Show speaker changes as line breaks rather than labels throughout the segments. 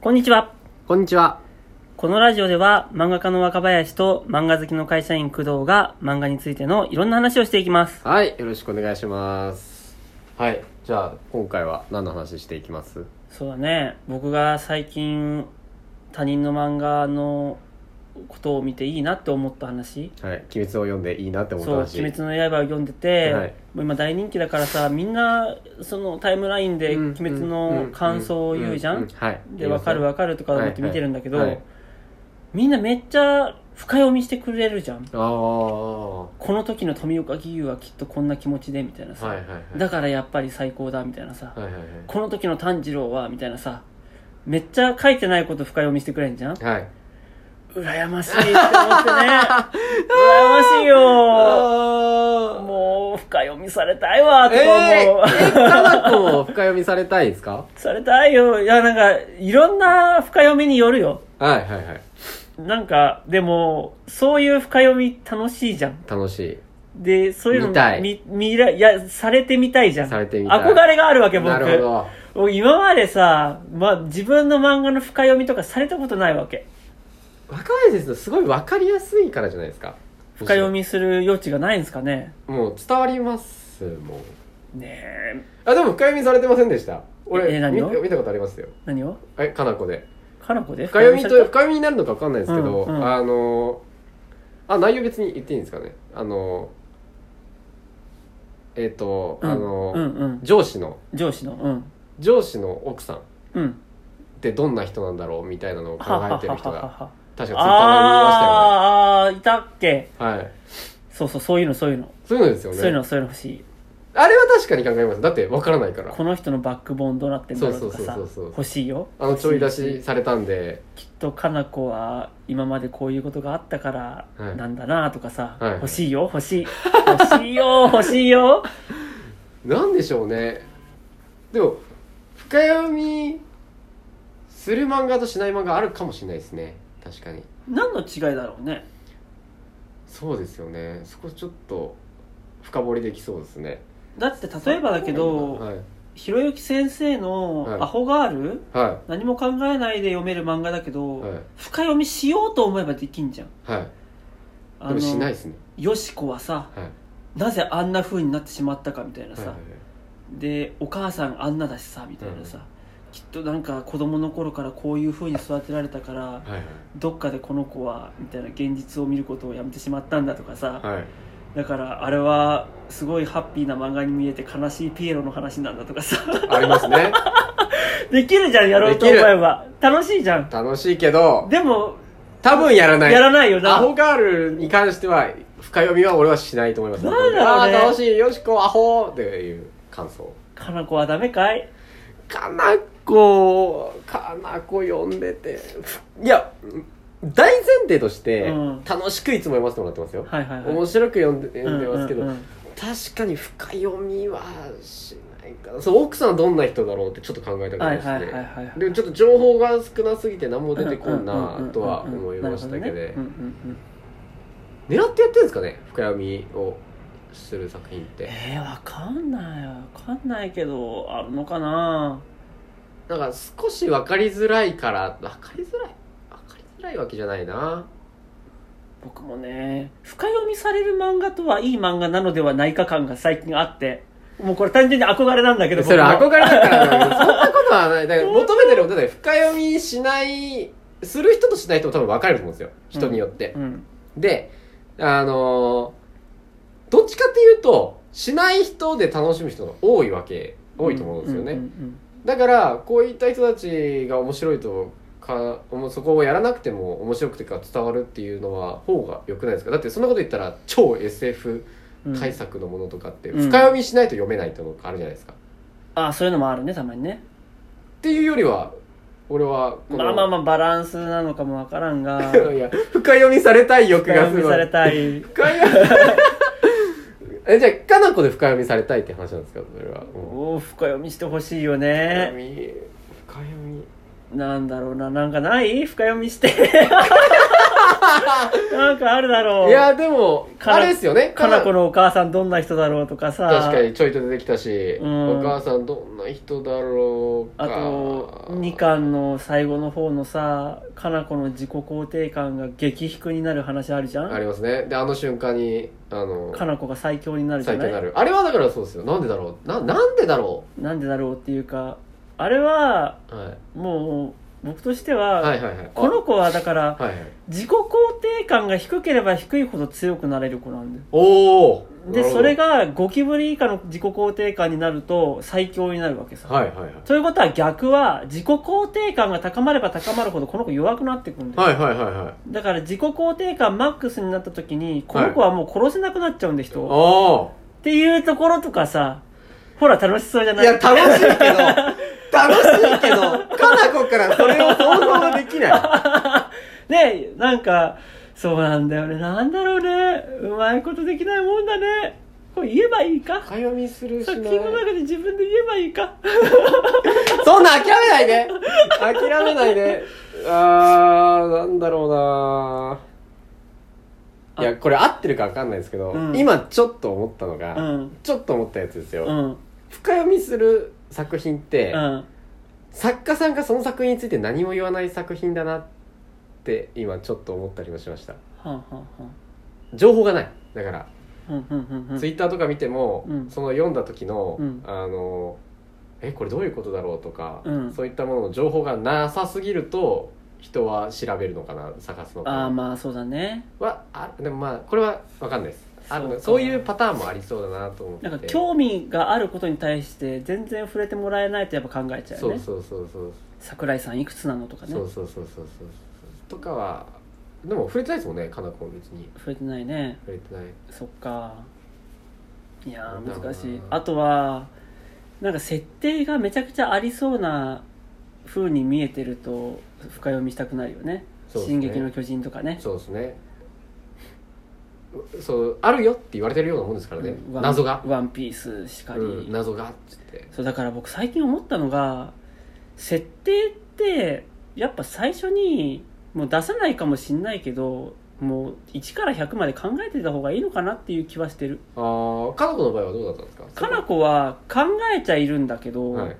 こんにちは。
こんにちは。
このラジオでは漫画家の若林と漫画好きの会社員工藤が漫画についてのいろんな話をしていきます。
はい、よろしくお願いします。はい、じゃあ今回は何の話していきます
そうだね。僕が最近他人の漫画のことを見ていいなって思った話。
はい、鬼滅を読んでいいなって思った
そう「
話。
鬼滅の刃」を読んでて、
はい
もう今大人気だからさみんなそのタイムラインで「
うん
鬼滅」の感想を言うじゃん、
うはい。
で「わかる
わ
わかる」とか思って見てるんだけど、
はいはいはい
みんなめっちゃ深読みしてくれるじゃん
ああ。は
この時の富岡義勇はきっとこんな気持ちでみたいないさ、
はいはい。
だからやっぱり最高だみたいなさ、
はいはい
この時の炭治郎はみたいなさめっちゃ書いてないこと深読みしてくれん じゃん
はい。はい。
羨ましいって思ってね羨ましいよ
あ
もう深読みされたいわ
あ
とか思う、
えー、かなこも深読みされたいですか
されたいよいやなんかいろんな深読みによるよ
はいはいはい。
なんかでもそういう深読み楽しいじゃん
楽しい。
でそういうの
見たい
み見らいやされてみたいじゃん
されてみたい
憧れがあるわけ
なるほ
僕
ど。
僕今までさ、ま、自分の漫画の深読みとかされたことないわけ
若林ですのすごいわかりやすいからじゃないですか。
深読。みする余地がないんですかね
もう伝わりますもん。
ねえ
あ、でも深読みされてませんでした。俺、
え何を
見見たことありますよ。
何を
え、かなこで。
かなこで
深読みと
され
深
た
読みになるのか分かんないですけど、
うんうん
あのあ内容別に言っていいんですかねあのえっ、と、
うん
あの、
うんうん
上司の
上司のうん
上司の奥さんっ
うん
てどんな人なんだろうみたいなのを考えてる人が
は
確かツイッターで見ましたよね
ああーいたっけ
はい
そうそうそういうのそういうの、
そういうのですよね
そういうのそういうの欲しい
あれは確かに考えますだって分からないから
この人のバックボーンどうなってんだろうとかさ
そうそうそうそうそう
欲しいよ
あのちょい出し
き
されたんで
っとかな子は今までこういうことがあったから
はい
なんだなとかさ、
はい
欲しいよ欲しい欲しい よ欲しいよ
なんでしょうねでも深読みする漫画としない漫画あるかもしれないですね確かに
何の違いだろうね
そうですよねそこちょっと深掘りできそうですね
だって例えばだけど
はい、
ひろゆき先生
はい
の「アホガール」
は
何も考えないで読める漫画だけど、
いはい
深読みしようと思えばできんじゃん
はい
あ
でもしない
の
ですね
よしこはさ
はい
なぜあんな風になってしまったかみたいな
はい
さ、
はい
でお母さんあんなだしさみたいなさ、
うん
きっとなんか子供の頃からこういう風に育てられたから
はい
どっかでこの子はみたいな現実を見ることをやめてしまったんだとかさ、
はいはい
だからあれはすごいハッピーな漫画に見えて悲しいピエロの話なんだとかさ
ありますね
できるじゃんやろうと思えば楽しいじゃん
楽しいけど
でも
多分やらない
やらないよな
アホガールに関しては深読みは俺はしないと思います
なんだろうね
あー楽しいよしこアホっていう感想
かな子はダメかい
かなこかなこ読んでていや大前提として
うん
楽しくいつも読ませてもらってますよ、
はいはいはい
面白く読んで読んでますけど、
うんうんうん
確かに深読みはしないかなそう奥さんはどんな人だろうってちょっと考えたくないですね、
はいはいはいはいはい
でもちょっと情報が少なすぎて何も出てこんなとは思いましたけど,、
なるほどねうんうんうん
狙ってやってるんですかね深読みをする作品って
えー、わかんないわかんないけどあるのかな
なんか少し分かりづらいから分かりづらい分かりづらいわけじゃないな
僕もね深読みされる漫画とはいい漫画なのではないか感が最近あってもうこれ単純に憧れなんだけど
それ
僕も
憧れだからなそんなことはないだから求めてることで深読みしないする人としない人も多分分かれると思うんですよ人によって、
うん
で、あのーどっちかっていうと、しない人で楽しむ人が多いわけ、多いと思うんですよね。
うんうん
だから、こういった人たちが面白いとか、もうそこをやらなくても面白くてか伝わるっていうのは、方が良くないですかだってそんなこと言ったら、超 SF
うんうん
対策のものとかって、
うん
深読みしないと読めないっていうのがあるじゃないですか。
あそういうのもあるねたまにね
っていうよりは、俺はこの、
まあまあまあバランスなのかもわからん が
いや、深読みされたい欲
深
がす
読み
ご
さ
い
れ。たい
深読み えじゃあかなこで深読みされたいって話なんですかそれはもう
おー深読みしてほしいよ
深
ね
読み深読み
なんだろうななんかない深読みしてなんかあるだろう
いやでも
かな
あれですよね
かなこのお母さんどんな人だろうとかさ
確かにちょいと出てきたし、
うん
お母さんどんな人だろうか
あと2巻の最後の方のさかなこの自己肯定感が激低になる話あるじゃ
あ
ん
りますねであの瞬間にあの
かなこが最強になるじゃ
最
な
強
い
になるあれはだからそうですよなんでだろうななんでだろ
なんでだろうっていうかあれは
う、はい、
もう僕としては、
はいはいはい
この子はだから、
あはいはい
自己肯定感が低ければ低いほど強くなれる子なんだよ
おお
でそれ
が
がゴキブリ以下の自己肯定感になると最強になるわけさ、
はいはいはい
ということは逆は自己肯定感が高まれば高まるほどこの子弱くなってくんだよ、
はいはいはいはい
だから自己肯定感マックスになった時にこの子はもう殺せなくなっちゃうんで人を、
お
っていうところとかさほら楽しそうじゃ
ー
ない
いや楽しいけど楽しいけどかなこからそれを想像ができない
でなんかそうなんだよねなんだろうねうまいことできないもんだねこれ言えばいいか
深読みするし
作
な
品の
い
中で自分で言えばいいか
そんな諦めないで諦めないであーなんだろうないやこれ合ってるか分かんないですけど、
うん
今ちょっと思ったのが、
うん
ちょっと思ったやつですよ、
うん
深読みする作品って、
うん
作家さんがその作品について何も言わない作品だなって今ちょっと思ったりもしました
はんはんはん
情報がないだから、
うんうんうんうん
ツイッターとか見ても、
うん
その読んだ時の、
うん
あのえこれどういうことだろうとか、
うん
そういったものの情報がなさすぎると人は調べるのかな探すのか
ああ
な
まあそうだね
はあでもまあこれは分かんないですあの
そうか
そういうパターンもありそうだなと思って
なんか興味があることに対して全然触れてもらえないとやっぱ考えちゃうよ
そう
ね
そうそうそう
桜井さんいくつなのとかね
そうそうそうそうそうとかはでも触れてないですもんねかなこ別に
触れてないね
触れてない
そっかいや
なんだろ
ー
うな
難しいあとはなんか設定がめちゃくちゃありそうな風に見えてると深読みしたくなるよね
そうです
進
ね
撃の巨人」とかね
そうですねうそうあるよって言われてるようなもんですからね、
ワン
謎が、
ワンピースしかり、
うん、謎がっつって
そうだから僕最近思ったのが設定ってやっぱ最初にもう出さないかもしんないけどもう1から100まで考えてた方がいいのかなっていう気はしてる
ああ家族の場合はどうだったんですか
かなこは考えちゃいるんだけど、
はい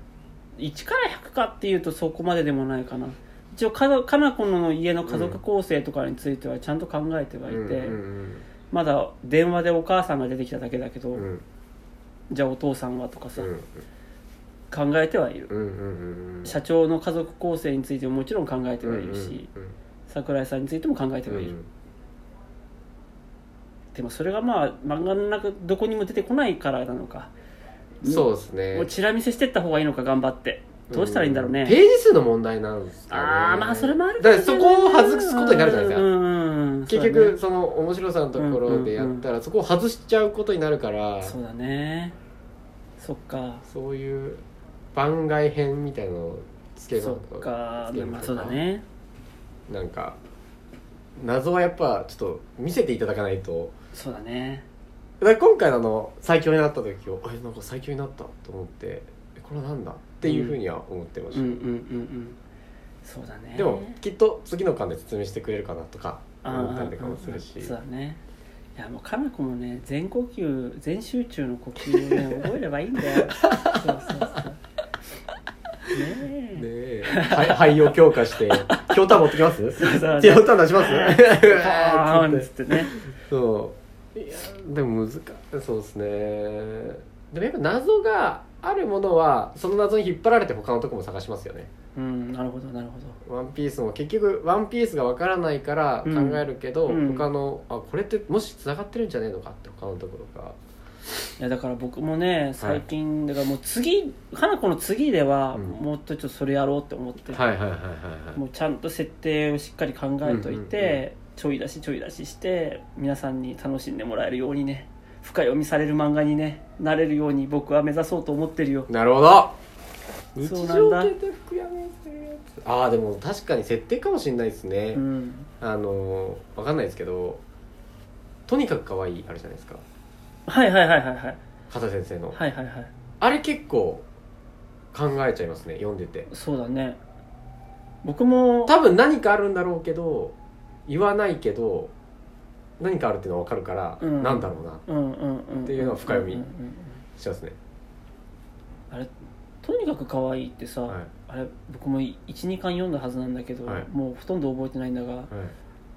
1から100かっていうとそこまででもないかな一応かなかなこの家の家族構成とかについてはちゃんと考えてはいて、
うん
まだ電話でお母さんが出てきただけだけど、
うんうん
じゃあお父さんはとかさ、
うん
考えてはいる
うんうんうんうん
社長の家族構成についてももちろん考えてはいるし、
うんうん
桜井さんについても考えて
うん
はいる、
うん
でもそれがまあ漫画の中どこにも出てこないからなのか
そうですね
もうチラ見せしてった方がいいのか頑張ってどうしたらいいんだろうね、
ページ数の問題なんですかね
ああまあそれもある
だからそこを外すことになるじゃないですか
か
結局その面白さのところでや
うん
っ
う
たらそこを外しちゃうことになるから
そうだねそっか
そういう番外編みたいなのをつける
そ
の
っか
つける
まあ
と
そうだね
なんか謎はやっぱちょっと見せていただかないと
そうだね
だから今回のあの最強になった時をえなんか最強になったと思ってえこれはなんだっていうふうには思ってまし
う
た、
んうんうんうんそうだね
でもきっと次の巻で説明してくれるかなとか思ったりとかもする
うん
し
うんうんそうだねいやもうかなこもね全呼吸全集中の呼吸をね覚えればいいんだよそうそうそうねえ
ねえ肺 肺を強化してひょうたん持ってきます
うそう
ひょうたん出 します
パーンっつってね
そういやでも難しいそうですねでもやっぱ謎があるものはその謎に引っ張られて他のとこも探しますよね
うんなるほどなるほど
「ワンピースも結局「ワンピースがわからないから考えるけど、
うんうん
他のあこれってもし繋がってるんじゃねえのかって他のところが
いやだから僕もね最近、だからもう次花子の次では、
うん
もっとちょっとそれやろうって思って、
いはいはいは
もうちゃんと設定をしっかり考えといて、
うんうんう
ちょい出しちょい出しして皆さんに楽しんでもらえるようにね深読みされる漫画にねなれるように僕は目指そうと思ってるよ
いなるほど日
そうなん
常
だ
系で服やめてるやつああでも確かに設定かもしれないですね、
うん
あのーわかんないですけどとにかく可愛いあるじゃないですか
はいはいはいはいはい
畑先生の、
はいはいはい
あれ結構考えちゃいますね読んでて
そうだね僕も
多分何かあるんだろうけど言わないけど何かあるっていうのは分かるから、
うん
なんだろうな
うんうんうん
っていうのは深読み
うんうんうん
しちゃうんですね、
あれとにかく可愛いってさ、
はい
あれ僕も12巻読んだはずなんだけど、
はい
もうほとんど覚えてないんだが
はい、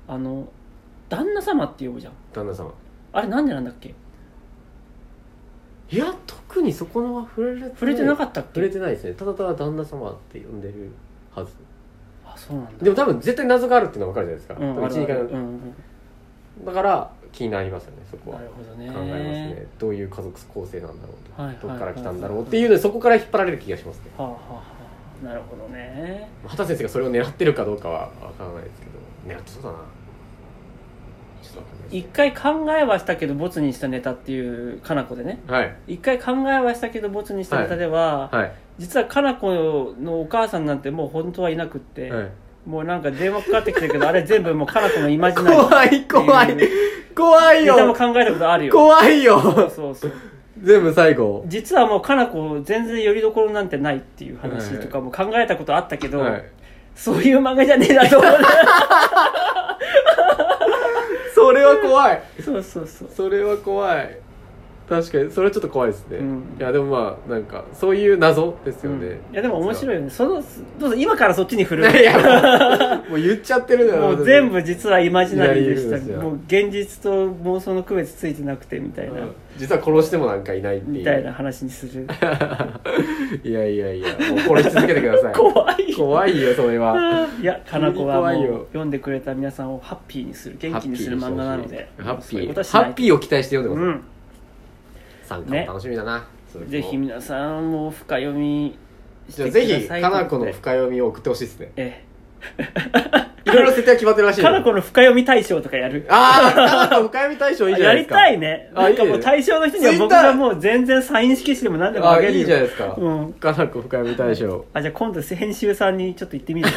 あの旦那様って呼ぶじゃん
旦那様
あれなんでなんだっけ
いや特にそこのは触れて
触れてな
っ
かったっ
た
け
触れてないですねただただ旦那様って呼んでるはず
あそうなんだ
でも多分絶対謎があるっていうのは分かるじゃないです
う
か、
ん、ある
1
あ
時
る
間
うん
だから気になりますよねそ
うん、
こは
なる
考
ほど
え
ね
ますね、どういう家族構成なんだろうと、
はいはい
どっから来たんだろうっていうのでそこから引っ張られる気がしますね
はあはあはあなるほどね
畑先生がそれを狙ってるかどうかは分からないですけど狙ってそうだなちょっと分かんない
一
ですね
回考えはしたけどボツにしたネタっていうかなこでね
はい
一回考えはしたけどボツにしたネタでは、
はい
実はかなこのお母さんなんてもう本当はいなくって、
はい
もうなんか電話かかってきたけどあれ全部もうかなこのイマジナリー
怖い怖い
って
怖い
ネタも
よ
考えたことあるよ
怖
そ
い
う
よ
そうそう
全部最後
実はもうかなこ全然よりどころなんてないっていう話とかも考えたことあったけど、
はい
そういう漫画じゃねえなと思って
それは怖い
そうそうそう
それは怖い確かにそれはちょっと怖いですね、
うん
いやでもまあなんかそういう謎ですよね、
いやでも面白いよねそのどうぞ今からそっちに振
い
る
やいやもうもう言っちゃってるの
も
よ
う全部実はイマジナリーでし
イマジナリーです
たも
よ
う現実と妄想の区別ついてなくてみたいな、
うん実は殺してもなんかいないっていう
みたいな話にする
いやいやいやもう殺し続けてくださ い
怖い
怖いよそれはい
やかなこは
急に怖い
もう
よ
読んでくれた皆さんをハッピーにする元気にする漫画なので
ハッピ
そういう
ー
ことはし
ハ
ない
ッピーを期待して読んでます、
う
参加
ね
も楽しみだな、それ
ん
も
ぜひ皆さんも深読みし
じゃ
て
あ
くださ
ぜ
い
ひかなこの
というとで
深読みを送ってほしいですね
え
いろいろ設定は決まってるらし
え
い よ
かなこの深読み大賞とかやる
ああかなこ深読み大賞いいじ
や
ゃないで
り
すか
たいね
あ
なんかも
いいうね
対象の人には僕
Twitter
がもう全然サイン色紙でも何でもあ
あ
げるよ
いいじゃないですか、
うん
かなこ深読み大賞
あじゃあ今度編集さんにちょっと行ってみる